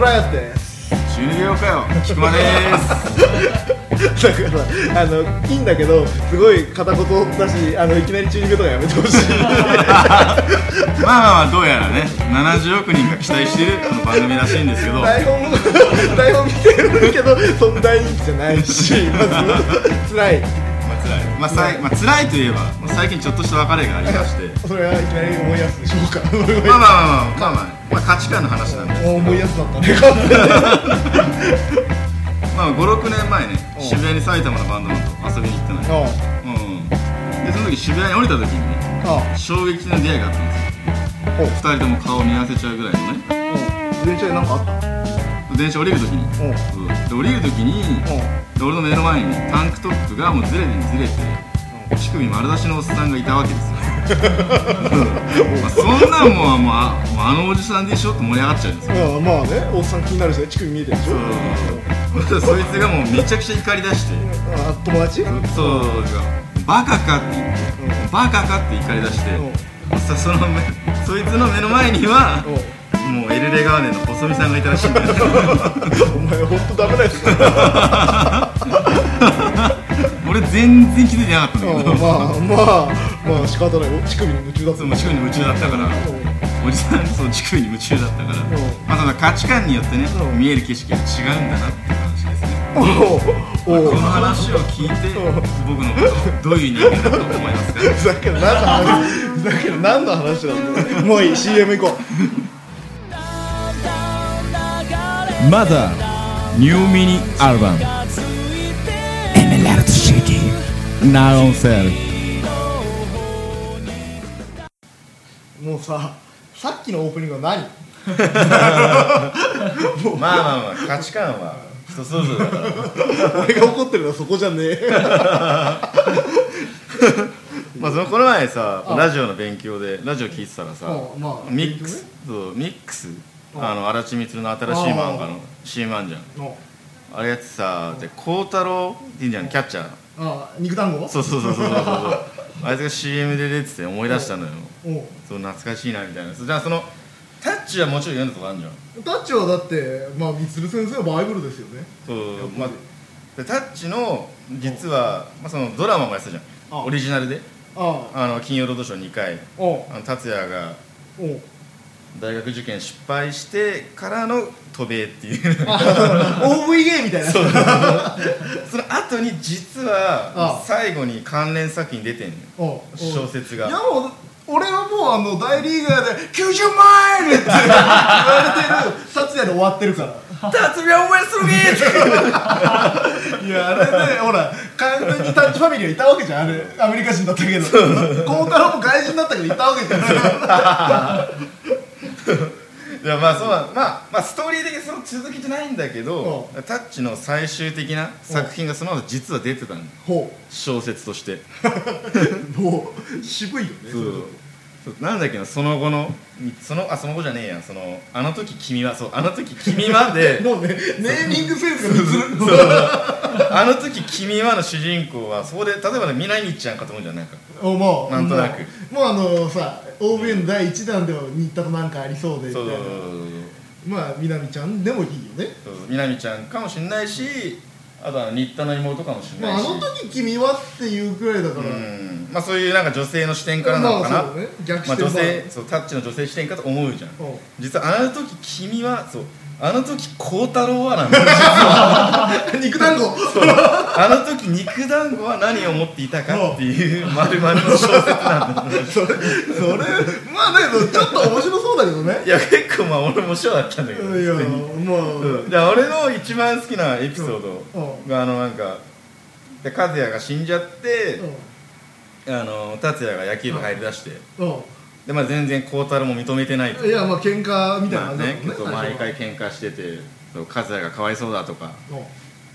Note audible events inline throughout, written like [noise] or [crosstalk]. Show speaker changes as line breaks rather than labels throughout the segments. らやって
終了かよ菊間で
だからあのいいんだけどすごい片言だしあのいきなりチューニングとかやめてほしい
す [laughs] まあまあまあどうやらね70億人が期待してるこの番組らしいんですけど
台本も台本見てるけどそんなにいいじゃないし、まあ、つらい
まあ辛いまあさいまあ辛いといえばもう最近ちょっとした別れがありまして
それはいきなり思い出すでしょうか俺は
まあまあまあまあまあ、まあ、価値観の話なんで
もう思い出すだったね完全に
まあ56年前ね
うん
渋谷に埼玉のバンドマンと遊びに行ったのよ、うんうん、でその時渋谷に降りた時にね
ああ
衝撃的な出会いがあったんです
ほう
よ2人とも顔を見合わせちゃうぐらいのね
うん電車で何かあった
電車降りる時に、
うんうん
うん、で降りる時にで俺の目の前にタンクトップがもうずれにずれて乳首丸出しのおっさんがいたわけですよ、うんまあ、そんなんもうもうあもうあのおじさんでしょって盛り上がっちゃうんですよ
うんまあねおっさん気になるしね乳首見えてるでしょ
そしたらそいつがもうめちゃくちゃ怒り出して
あ友達うん
そうバカかって言ってバカかって怒り出して
うん
そその目そいつの目の前にはもうエルレガーデンの細見さんがいたらしいんだよ
お前本当ダメなやつだな
俺全然気づいてなかったんだ
うん
けど、
まあまあまあ仕方ないよ乳首に夢中だった
そうもう乳首に夢中だったからおじさんそう乳首に夢中だったから、
ん
まあ、ただ価値観によってね、
うん
見える景色が違うんだなっていう話ですね、
お
まあ
おおお
この話を聞いて、
うん
僕のことどういう人間だと思いますか
ふざけんな何の話ふざけんな何の話なんだよもういい CM 行こう
まだニューミニアルバム「エメラルドシティ」ナウンセル
もうささっきのオープニングは何
まあまあまあ価値観は人それぞれだから
[laughs] 俺が怒ってるのはそこじゃねえ
まあそのこの前さ
あ
ラジオの勉強でラジオ聞いてたらさ
あまあ
ミックスそうミックスあの足立光の新しい漫画
あ
の CM あんじゃん
の
あれやってさで孝太郎っていいんじゃんキャッチャー
あ肉団子
そうそうそうそうそうそうあいつが CM で出てて思い出したのよ
おう
そう懐かしいなみたいなそうじゃあそのタッチはもちろん読んだとこあるじゃん
タッチはだってまあ満先生はバイブルですよね
そうまあでタッチの実は、まあ、そのドラマもやってたじゃ
あ
んオリジナルで
ああ
あの金曜ロードショー2回
おう
あの達也が
お [laughs] う
大学受験失敗してからの渡米っていう
OVA みたいなそう
[laughs] その後に実
あ
は最後に関連作品出てんのよ
おう
小説
いや
が
もう俺はもうあの大リーガーで90マイルって言われてる達也で終わってるから
「達也応援するね!」って
いやあれねほら完全にタッチファミリーはいたわけじゃんあれアメリカ人だったけど孝太郎も外人だったけどいたわけじゃん
[laughs] いやまあそうなまあまあストーリー的にその続きじゃないんだけど、タッチの最終的な作品がその後実は出てたの
ほ
小説として
うもう渋いよね
そうそうなんだっけなその後のそのあその後じゃねえやそのあの時君はそうあの時君は
[laughs]
で
もうねネーミングセンスがずる
そうあの時君はの主人公はそこで例えばね南ちゃんかと思うじゃんないか
おもう
なんとなく
もうあのさ OVA の第1弾では新田となんかありそうでみた
そ
いうな
そうそう
まあ南ちゃんでもいいよね
そうそう南ちゃんかもしんないしあとは新田の妹かもしん
まあ、
ない
あ
し、
の時君はっていうくらいだから、
うんまあそういうなんか女性の視点からなのかな、
まあそうね逆
まあ、
転
女
版
性そうタッチの女性視点かと思うじゃん
うん
実はあの時君はそうあの時孝太郎はな
[laughs]
んだ
肉団子
あの時肉団子は何を持っていたかっていう丸々の小説なんだ
それそれまあねちょっと面白そうだけどね
いや結構まあ俺もショーだったんだけど
いや
普通に
もう、
うんで俺の一番好きなエピソード
う
があのなんかで和也が死んじゃって
うん
あの達也が野球部入りだして
う
でまあ全然孝太郎も認めてないと
んいやまあ喧嘩みたいな
ま
感じだも
あね
ん、
結構
最
毎
初は
回喧嘩しててそう和也がかわいそうだとか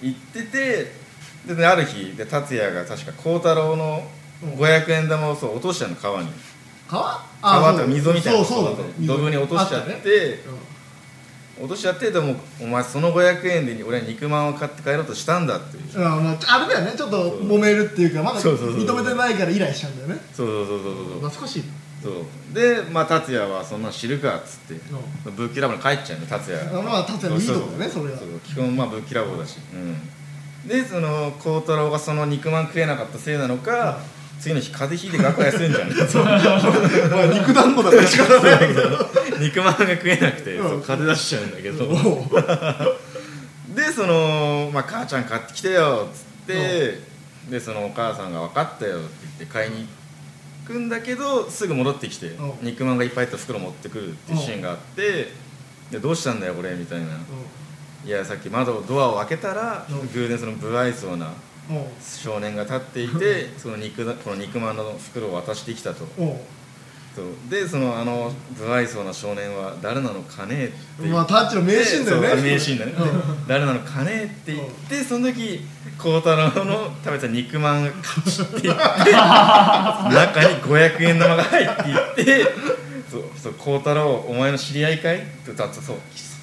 言っててで、ねある日で達也が確か孝太郎の
うん
500円玉をそう落としたの川に
川
川とか溝みたいなと
そう
こ
そうだ
ろ
ね
でドブに落としちゃっ
あたね
て落としちゃってでもお前その500円で俺は肉まんを買って帰ろうとしたんだっていう
うんうんまああれだよねちょっと揉めるっていうかまだ
そうそうそうそう
認めてないからイライしちゃうんだよね
そうそうそうそうそう
懐かしい
そうでまあ達也はそんなの知るかっつって
う
ブッキラボに帰っちゃうの達也
あまあ達也のいいとこだねそれは
う基本まあブッキラボだし、うん、でその孝太郎がその肉まん食えなかったせいなのか、次の日風邪ひいて学校休んじゃう
[laughs]
のそう
まあ肉団子だったら仕方ないけど
肉まんが食えなくて、
うん
そう風邪出しちゃうんだけど、
おう
でその、まあ「母ちゃん買ってきてよ」っつって、でそのお母さんが「分かったよ」って言って買いに行くんだけどすぐ戻ってきて、
うん
肉まんがいっぱい入った袋持ってくるっていうシーンがあって「でどうしたんだよこれ」みたいな「いやさっき窓ドアを開けたら、
うん
偶然その不愛想な
おう
少年が立っていてその肉だこの肉まんの袋を渡してきたと」
おう
そうでそのあの不愛想な少年は誰なのかねって
おう
言って
まあタッチの名シーンだよ
そうあれ
ね [laughs]
名シーンだね、で誰なのかねって言って、その時孝太郎の食べた肉まんがカチ [laughs] って言って中に500円玉が入っていってそうそう孝太郎お前の知り合いかいって歌ってそう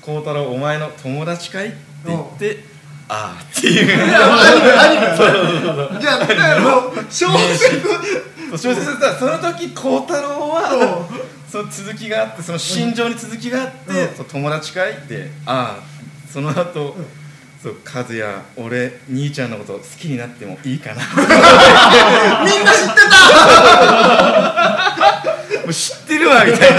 孝太郎お前の友達かいって言って、ああっていう
いやアニメアニメじゃあだからもう小説
そう小説だその時孝太郎は
と
その続きがあってその心情に続きがあって、
うん
そう友達会ってああその後、
ん
そう和也俺兄ちゃんのこと好きになって [laughs] もいいかな
[laughs] みんな知
[laughs]
ってた
もう知ってるわみたい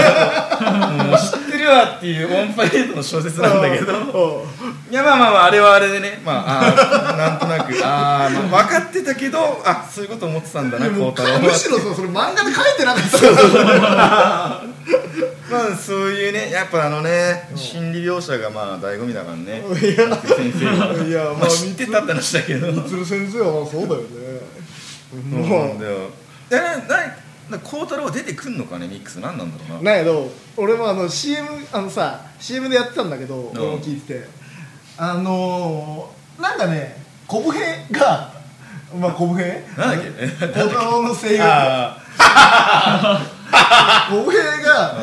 な [laughs] もう知ってるわっていうオンパレードの小説なんだけど
ど
いやまあまあまああれはあれでねまあああなんとなくああ、まあ、分かってたけどあそういうこと思ってたんだな孝太郎
む
は
しろそうそれ漫画で書いてなかったから
[laughs] まあそういうねやっぱあのね、心理描写がまあ醍醐味だからね
いや
先生が。
いや
まあ、知ってたって話だけど。
三鶴先生はそうだよね
そう
も
なん
う
だよ。え、な、な、孝太郎は出てくんのかね、ミックス、なんなんだろうな。
なんやけど俺もあの CM あのさ CM でやってたんだけど
ん
俺も聞いててあのー、なんかねコブヘがまあコブヘ
なんだっけ。
小太郎の声優
[laughs] あ
コブヘが、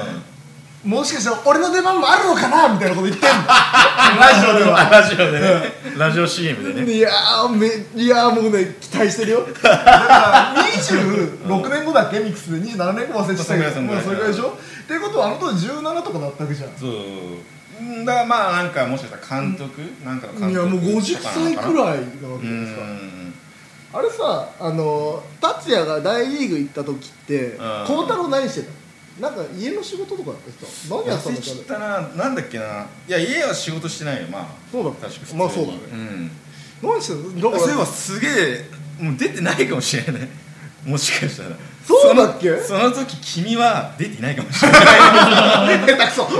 もしかしたら俺の出番もあるのかなみたいなこと言ってんのラジオでは
あ、ラジオでね。ラジオ CM でね。
いやーめいやーもうね期待して
[laughs]
るよだから26年後だっけミックスで27年後忘れてたけ
まあ
ど
そん
ま
ぐ
あ
らい
そ
そ
れ
んぐ
ぐら
らい
いでしょっていうことはあの当時17とかだったわけじゃん
そう。んだからまあなんかもしかしたら監督なんかの
い
監督
やもう50
とかなの
歳
かな
くらいなわ
う
けじゃないですか
ん
あれさあの達也が大リーグ行った時って
うん
孝太郎何してたのなんか家の仕事とかやってた何やってた
忘
ん
れ
だっけ
ちゃっ
あれ
たななんだっけないや家は仕事してないよまあ
そうだっ
確か普通
け
に
まあそうだね
うん
何してたのだ
そ
か
れ
ら
はすげえもう出てないかもしれないもしかしたら
そうだっけ
そのその時君は出ていないかもしれない
下手くそ
[laughs]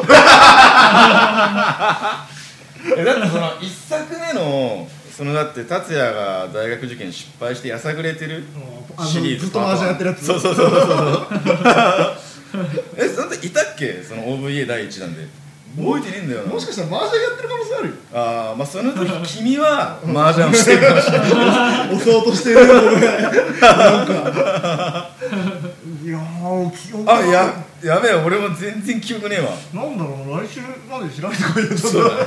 えだってその一作目のそのだって達也が大学受験失敗してやさぐれてる
あの
シリーズ
ずっとマージャンやってるやつ
そうそうそうそう [laughs] そうえその時いたっけその OVA 第1弾で覚えてねえんだよな
もしかしたらマージャンやってる可能性あるよ
ああまあその
[laughs]
時君は麻雀をしてるかもしれない
押そうとしてるよ俺なんかいやー記 [laughs] 憶
あややべえ俺も全然記憶ねえわ
なんだろうな来週まで調べてこいよ
そ
そうう
だね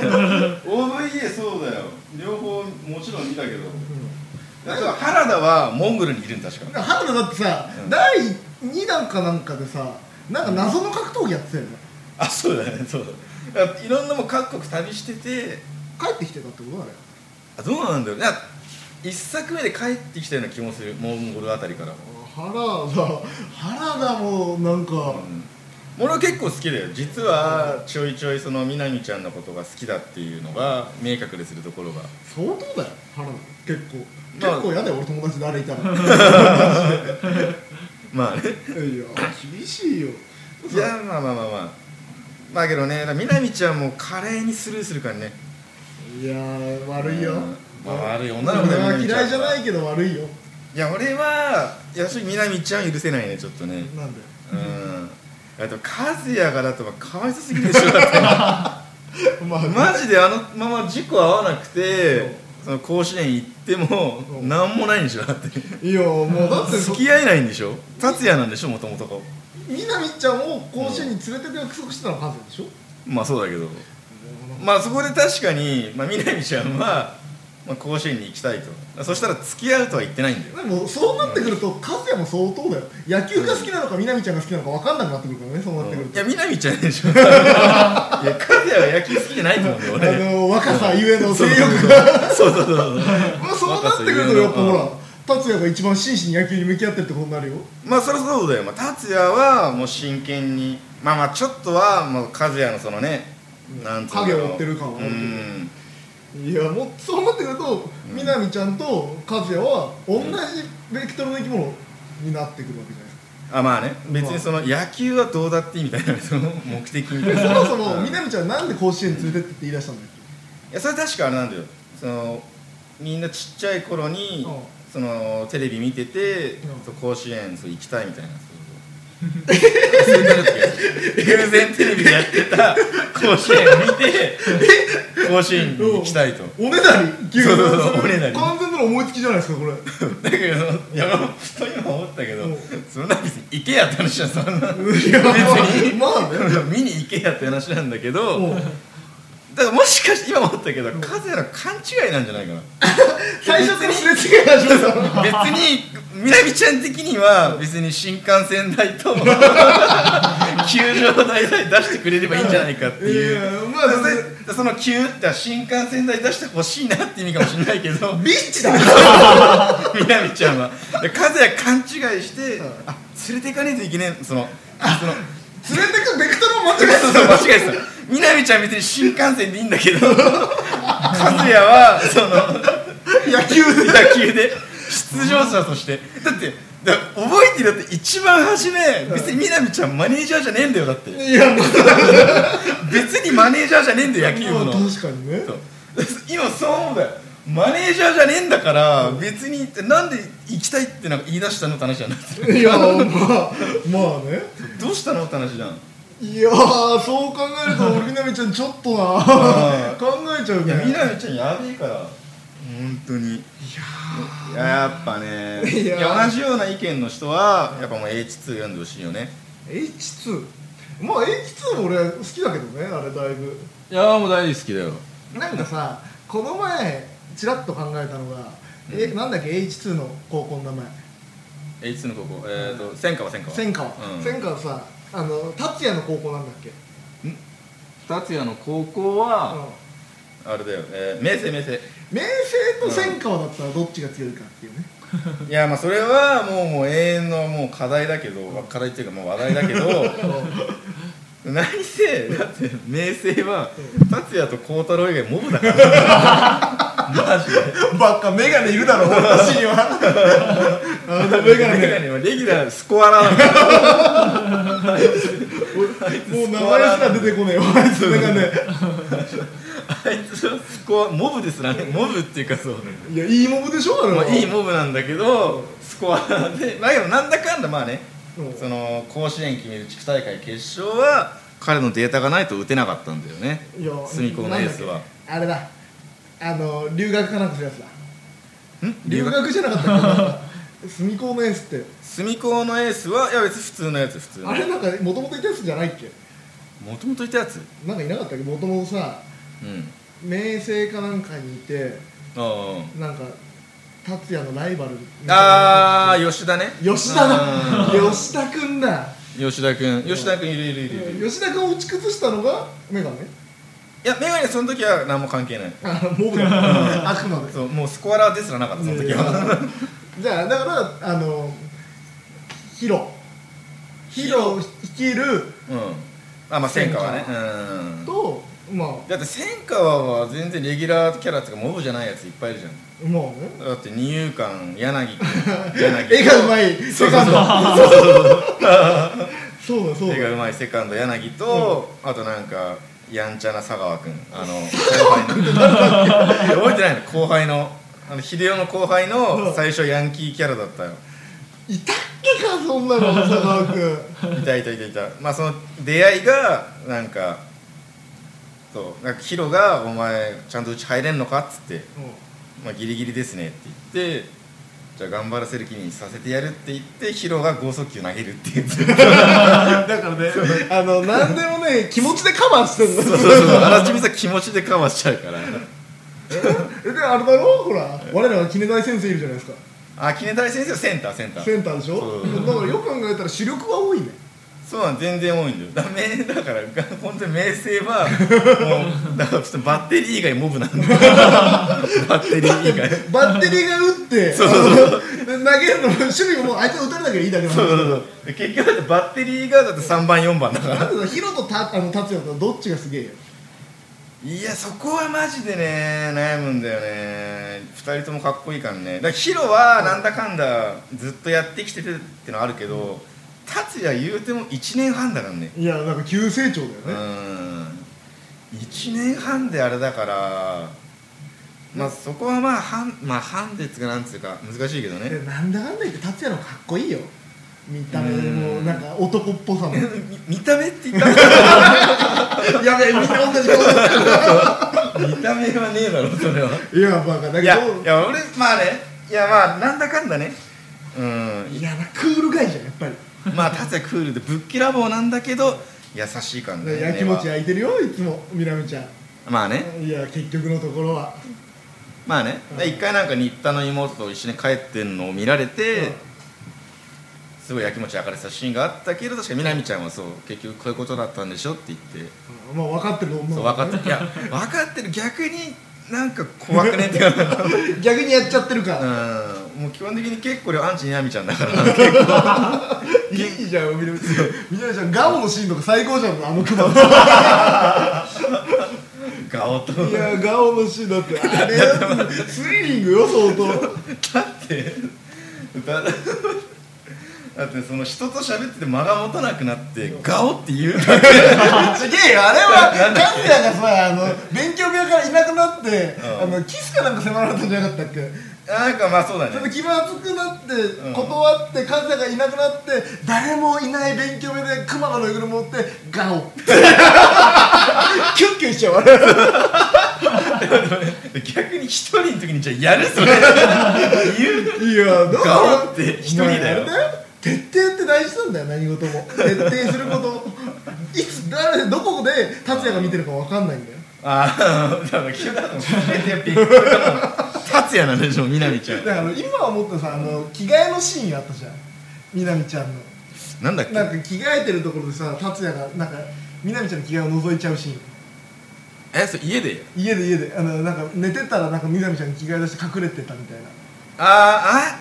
OVA そうだよ両方もちろん見たけど、だから原田はモンゴルにいるんだ確か
原田だってさ、第2弾かなんかでさなんか謎の格闘技やってたよね
あそうだねそう [laughs] だだからいろんなもん各国旅してて
帰ってきてたってことだね
あどうなんだろういや一作目で帰ってきたような気もするモンゴルあたりから、
原田原田もなんか、
うん俺は結構好きだよ実はちょいちょいそのみなみちゃんのことが好きだっていうのが明確でするところが
相当だよ原田結構
まあ
結構やだよ俺友達誰いた [laughs] らいや
まあね
厳しいよ
いやまあまあまあまあまあけどねみなみちゃんも華麗にスルーするからね
いやー悪いよ、
うんまあ悪い女
俺
の子だよ
は
みなみちゃん
嫌いじゃないけど悪いよ
いや俺はやしみなみちゃんは許せないねちょっとね
なんで
うんあと和也がだとかわいそすぎるでしょだって
まあ、
マジであのまま事故合わなくてその甲子園行っても
そう
何もないんでしょだって
いやもうだって
付き合えないんでしょ達也なんでしょもともと
みなみちゃんを甲子園に連れてって約束してたのはカズでしょ
まあそうだけどまあそこで確かに、まあ、みなみちゃんはまあ、甲子園に行きたいとそしたら付き合うとは言ってないんだよ
でもそうなってくると和也も相当だよ野球が好きなのか南ちゃんが好きなのか分かんなくなってくるからねそうなってくる
い
と、
や南ちゃん
[laughs]
でしょいや和也は野球好きじゃないと思うんだよ俺
あの若さゆえの性欲が
そうそうそうそう
まあそうなってくるとやっぱほら達也が一番真摯に野球に向き合ってるってことになるよ
まあそりゃそうだよ、まあ、達也はもう真剣にまあまあちょっとはもう和也のそのね、なんつうの
影を追ってる感はあるけど
うん
いやもうそうなってくると南ちゃんと和也は同じベクトルの生き物になってくるわけじゃないですか
あまあね別にその野球はどうだっていいみたいなその目的みたいな
そもそも南ちゃんなんで甲子園連れてってって言い出したんだっ
いやそれ確かあれなんだよそのみんなちっちゃい頃に、
うん
そのテレビ見てて、
うん
甲子園そう行きたい
[laughs]
みたいなそういうことそういうこと偶然テレビでやってた甲子園見
[laughs]
て甲子園に行きたいと
けおねだり牛
そうそうそうおねだり
完全なる思いつきじゃないですかこれ
だけど山本と今思ったけど
うん
そんな別に行けやって話じゃんそんな
いやまあまあね
見に行けやって話なんだけど
もう
だからもしかして今思ったけど和也の勘違いなんじゃないかな
最初からすれ違いが始まったの
別に南ちゃん的には別に新幹線代と [laughs] 球場代さえ出してくれればいいんじゃないかってい
いや
う
まあ
それその球って新幹線代出してほしいなって意味かもしれないけど
ビッチだ
[laughs] 南ちゃんはで和也勘違いして
うん
あ連れていかねえといけねえそのその
連れてくベクトルも間違え
そうそう間違えてた南ちゃん別に新幹線でいいんだけど和也はその
野球で
野球で出場者としてだってだ覚えてるだって一番初め別に南ちゃんマネージャーじゃねえんだよだって
いやまあ
別にマネージャーじゃねえんだよ野球部の
確かにね
そう今そう思うんだよマネージャーじゃねえんだから別にってなんで行きたいってなんか言い出したのって話じゃなくて
いやまあまあね
どうしたのって話じゃん
いやーそう考えると俺みなみちゃんちょっとな
あー
考えちゃう
い
ね
や南ちゃんやべえから本当にいややっぱね
い
い
や
や同じような意見の人はやっぱもう H2 読んでほしいよね
H2 まあ H2 も俺好きだけどねあれだいぶ
いやもう大好きだよ
なんかさこの前ちらっと考えたのが、えなんだっけ H2 の高校の名前
H2 の高校えっ、と千川千川
千川、
うん
千川さあの達也の高校なんだっけ、
達也の高校
あ
は
の
あれだよ、えー、明星明星
明星と千川だったらどっちが強いかっていうね、
いやまあそれはもうもう永遠のもう課題だけど、課題っていうかもう話題だけど何せだって明星は達也と孝太郎以外モブだからマジで
ばっか眼鏡いるだろ俺たちにはあの眼鏡
[laughs] メガネはレギュラースコアラーなんだよ
もう名前すら出てこねえよあいつ眼鏡
あいつはスコアモブですらねモブっていうかそう
いやいいモブでしょあれ
ま
は
あ、いいモブなんだけどスコアでだけどなんだかんだまあね
うん
その甲子園決める地区大会決勝は彼のデータがないと打てなかったんだよね
いや
隅っこのエース
な
は
んだっけあれだあの留学かなんかするやつだ
ん
留学じゃなかったっけ隅高のエースって
隅高のエースはいや別に普通のやつ普通の
あれなんかもともといたやつじゃないっけ
もともといたやつうん
なんかいなかったっけもともとさ明星かなんかにいて
あ
なんか達也のライバル
あああ吉田ね
吉田だ
うん
吉田君だ
吉田君吉田君いるいるいるいるい
吉田君を打ち崩したのがメガネ
やメガネその時は何も関係ない
あモブだあくまで
そうもうスコアラーですらなかったその時は
[laughs] じゃあだからあのヒロヒロ率いる
[laughs] うんあまあ千川ねうん
とまあ
だって千川は全然レギュラーキャラっていうかモブじゃないやついっぱいいるじゃん
まあね
だって二遊間柳
[laughs]
君柳君
絵がうまいセカンドそうだそうだ
手がうまいセカンド柳と、あとなんかやんちゃな佐川君あの後輩の
[laughs]
覚えてないの後輩のあの秀夫の後輩
うん
の最初ヤンキーキャラだったよ
いたっけかそんなの佐川君
いたいたいたいたまあその出会いがなんかそうなんかヒロが「お前ちゃんとうち入れんのか?」っつって「まあ、ギリギリですね」って言ってじゃあ頑張らせる気にさせてやるって言ってヒロが剛速球投げるっていう
[laughs] だからねあの何でもね気持ちでカバーしてるの
そうそうそうあらちみさ気持ちでカバーしちゃうから
えであれだろほら我らは絹大先生いるじゃないですか
あ絹谷先生はセンターセンター
センターでしょ
そう
だからよく考えたら主力は [laughs] 多いね
そうなん全然多いんだよだめだからが本当に名声はもうだからちょっとバッテリー以外モブなんだよ [laughs] バッテリー以外
バッテリーが打って
そうそう
あ [laughs] の投げるの守備がもうあいつは打たれなきゃいいだけな
そ
の
うそうそうで結局だってバッテリーがだって3番4番だから
だけどヒロとたあの達也とどっちがすげえよ
いやそこはマジでね悩むんだよね2人ともかっこいいからねだからヒロはなんだかんだずっとやってきててってのあるけど達也言うても1年半だからね
いやなんか急成長だよ
う
ね、
ん1年半であれだからまあそこはまあ半まあ半でつうかなんつうか難しいけどね
でなんだかんだ言って達也の方がかっこいいよ見た目もなんか男っぽさも [laughs] や
[laughs] み見た目って言った
べえみんな同じ顔だ
見た目はねえだろそれはい
やバカだけど
いやいや俺まあねいやまあなんだかんだねうん
いやなクールガイじゃんやっぱり
まあ達也クールでぶっきらぼうなんだけど優しい感じだよ
や
ね
きもち焼いてるよいつもみなみちゃん
まあね
いや結局のところは
まあねで一回なんか新田の妹と一緒に帰ってんのを見られて、
うん
すごいやきもち焼かれてたシーンがあったけど確かみなみちゃんはそう結局こういうことだったんでしょって言って、
うんまあ分かってる女
そ
の
う分
子
かってるいや分かってる逆になんか怖くねってい
[laughs]
うか
逆にやっちゃってるから、
うんもう基本的に結構俺アンチみなみちゃんだから
[laughs] いいじゃんみなみちゃんみなみちゃんガオのシーンとか最高じゃんあのクマ
顔と
いやガオのシーンだってあれスリリングよ相当
だってだだってその人と喋ってて間が持たなくなって「ガオ」って言う [laughs] だけ
すげえよあれは達也がさあの勉強部屋からいなくなって、
うん
あのキスかなんか迫られたんじゃなかったっけ
なんかまあそうだ
それ
ね
で気まずくなって
ん
断って和也がいなくなって誰もいない勉強部屋で熊野のぬいぐるみ持ってガオ [laughs] キュンキュンしち [laughs] ゃうあれ
逆に一人の時にじゃあやるそれ言う
いやだから
ガオって一人だよ
お前あれ徹底って大事なんだよ何事も徹底すること [laughs] いつ誰どこで達也が見てるか分かんないんだよ
ああだから急だと思う達也なんでしょみなみちゃん
だから今思ったさあの着替えのシーンあったじゃんみなみちゃんの
なんだっけ
なんか着替えてるところでさ達也がなんかみなみちゃんの着替えを覗いちゃうシーン
えそれ家で
家で家であのなんか寝てたらなんかみなみちゃんに着替え出して隠れてたみたいな
あーあ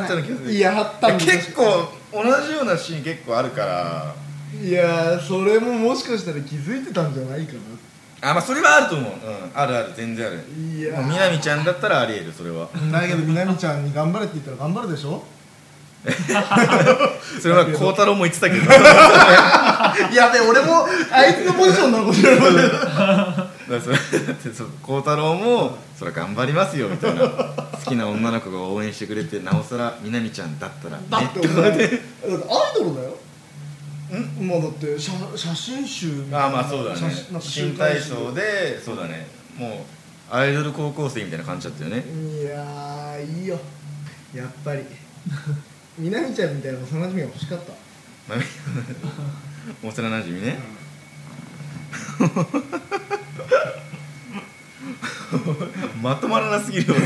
あったの気がする
いやあったの
結構同じようなシーン結構あるから
いやーそれももしかしたら気づいてたんじゃないかな
あまあそれはあると思う、うん、あるある全然ある
いやー
もうみなみちゃんだったらありえるそ
[laughs]
れは
だけどみなみちゃんに頑張れって言ったら頑張るでし [laughs] ょ
それは孝太郎も言って
[laughs]
たけど
やべ俺もあいつのポジションなのかもしれない
だからそれだってそう孝太郎も「それは頑張りますよ」みたいな好きな女の子が応援してくれてなおさらみなみちゃんだったら
だ
ね
ってお前だってアイドルだよんまあだって写写真集みたいな
ああまあそうだね
写真なんか
新
集
体
会集
操でそうだねもうアイドル高校生みたいな感じだったよね
いやーいいよやっぱりみなみちゃんみたいな幼馴染が欲しかった
まあ [laughs] み幼なじみね [laughs] まとまらなすぎるよ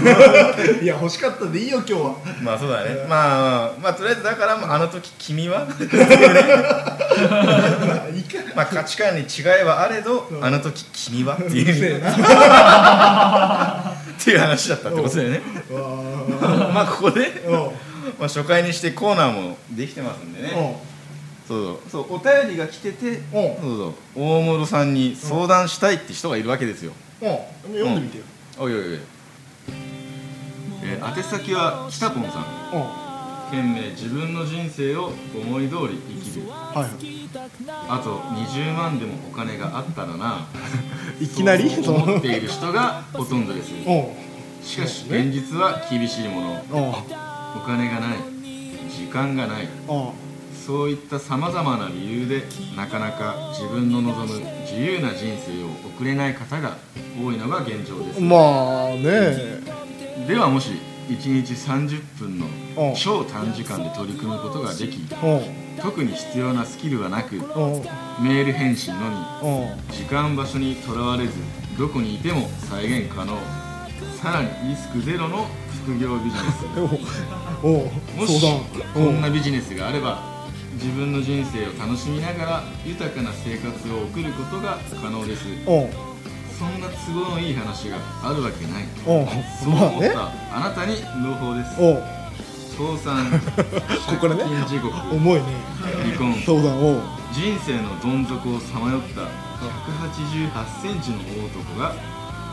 いや欲しかったでいいよ今日は
まあそうだねまあまあまあとりあえずだからまああの時君 [laughs] は
まあいいか
まあ価値観に違いはあれどあの時君はって
うるせ
い
え
う
な
っていう話だったってことだよね
わ
[laughs] まあここで
ーおう
まあ初回にしてコーナーもできてますんでね
おう
そうそうそうお便りが来てて
おう
そうそう大室さんに相談したいって人がいるわけですよ、
おう読んでみてよ
おいおいおい、えー宛先はきたぽんさん
おう
懸命自分の人生を思い通り生きる
はい
あと20万でもお金があったらない
きなり
そう思っている人がほとんどです
おう
しかし現実は厳しいもの
おう
お金がない時間がない
おう
そういったさまざまな理由でなかなか自分の望む自由な人生を送れない方が多いのが現状です
まあね
ではもし1日30分
お
の
う
超短時間で取り組むことができ
おう
特に必要なスキルはなく
おう
メール返信のみ
おう
時間場所にとらわれずどこにいても再現可能
さらにリスクゼロの副業ビジネス
おお [laughs]
もし
相
こん
談
なビジネスがあれば自分の人生を楽しみながら豊かな生活を送ることが可能です
おう
そんな都合のいい話があるわけない
おう
そう
ま
思
あ
っ
ね
たあなたに朗報です
おう
倒
[laughs]
産借
これね
金地
[laughs]
獄離
重いね
婚
相談おう
人生のどん底をさまよった1 8 8ンチの大男が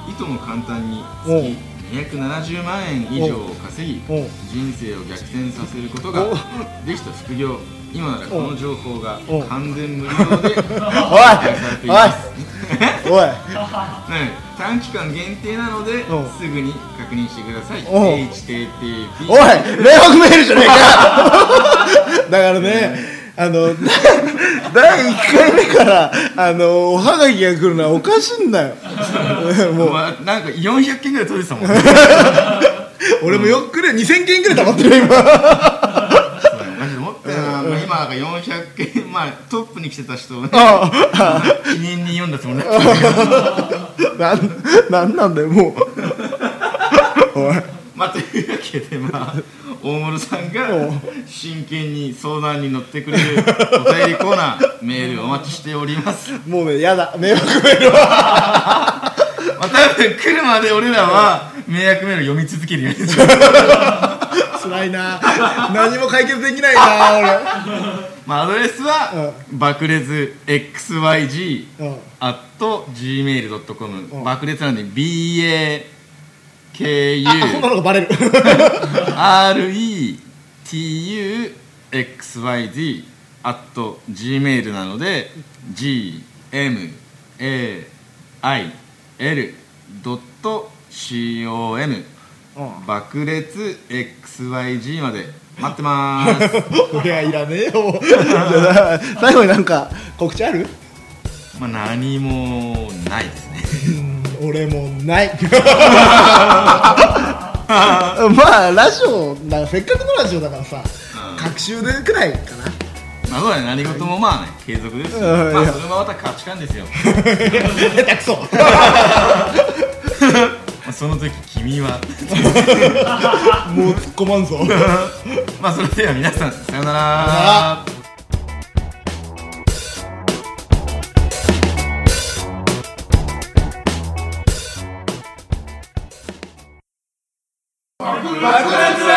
いとも簡単に
おう
月270万円以上を稼ぎ
おう
人生を逆転させることが
お
できた副業今ならこの情報が
お
完全無料
[laughs]
で提供されています [laughs]
おい
ね短期間限定なのです
お
ぐに確認してください
お
HTTP
おい迷惑メールじゃねえかだからねあ [laughs] の第1回目からあのおはがきが来るのはおかしいんだよ [laughs] もう
もうなんか400件ぐらい取れてたもんね
俺もよくれ2000件くらい溜まってるよ今
マジで思ったよな、まあ、今なんか400件、まあ、トップに来てた人をね記念に読んだつもりだったけど
[laughs] なんなんなんだよもうおい
まあというわけでまあ大室さんが
お
真剣に相談に乗ってくれるお便りコーナーメールお待ちしております
もうねやだ迷惑メールは
まあ多分来るまで俺らは迷惑メール読み続けるよね
辛いな何も解決できないな
まあアドレスは爆裂 XYG
俺うん
アット gmail.com、
うん
爆裂なんで BAKU
あこんなのがバレる
RETUXYD at gmail なので gmail.com
[laughs] う
爆裂 XYG まで待ってま
[laughs]
ー
い
す
やいらねえよ [laughs] じゃあ最後になんか告知ある
まあ何もないですね
うん俺もうない [laughs] まあラジオだせっかくのラジオだからさ
うん
隔週でくらいかな
まあそうだね何事もまあね継続ですしま
うんいや
あそれもまた価値観ですよ
[laughs] 下手く [laughs] そ
まあその時君は
もう突っ込まんぞ
まあそれでは皆さんさよな
な
ら
爆裂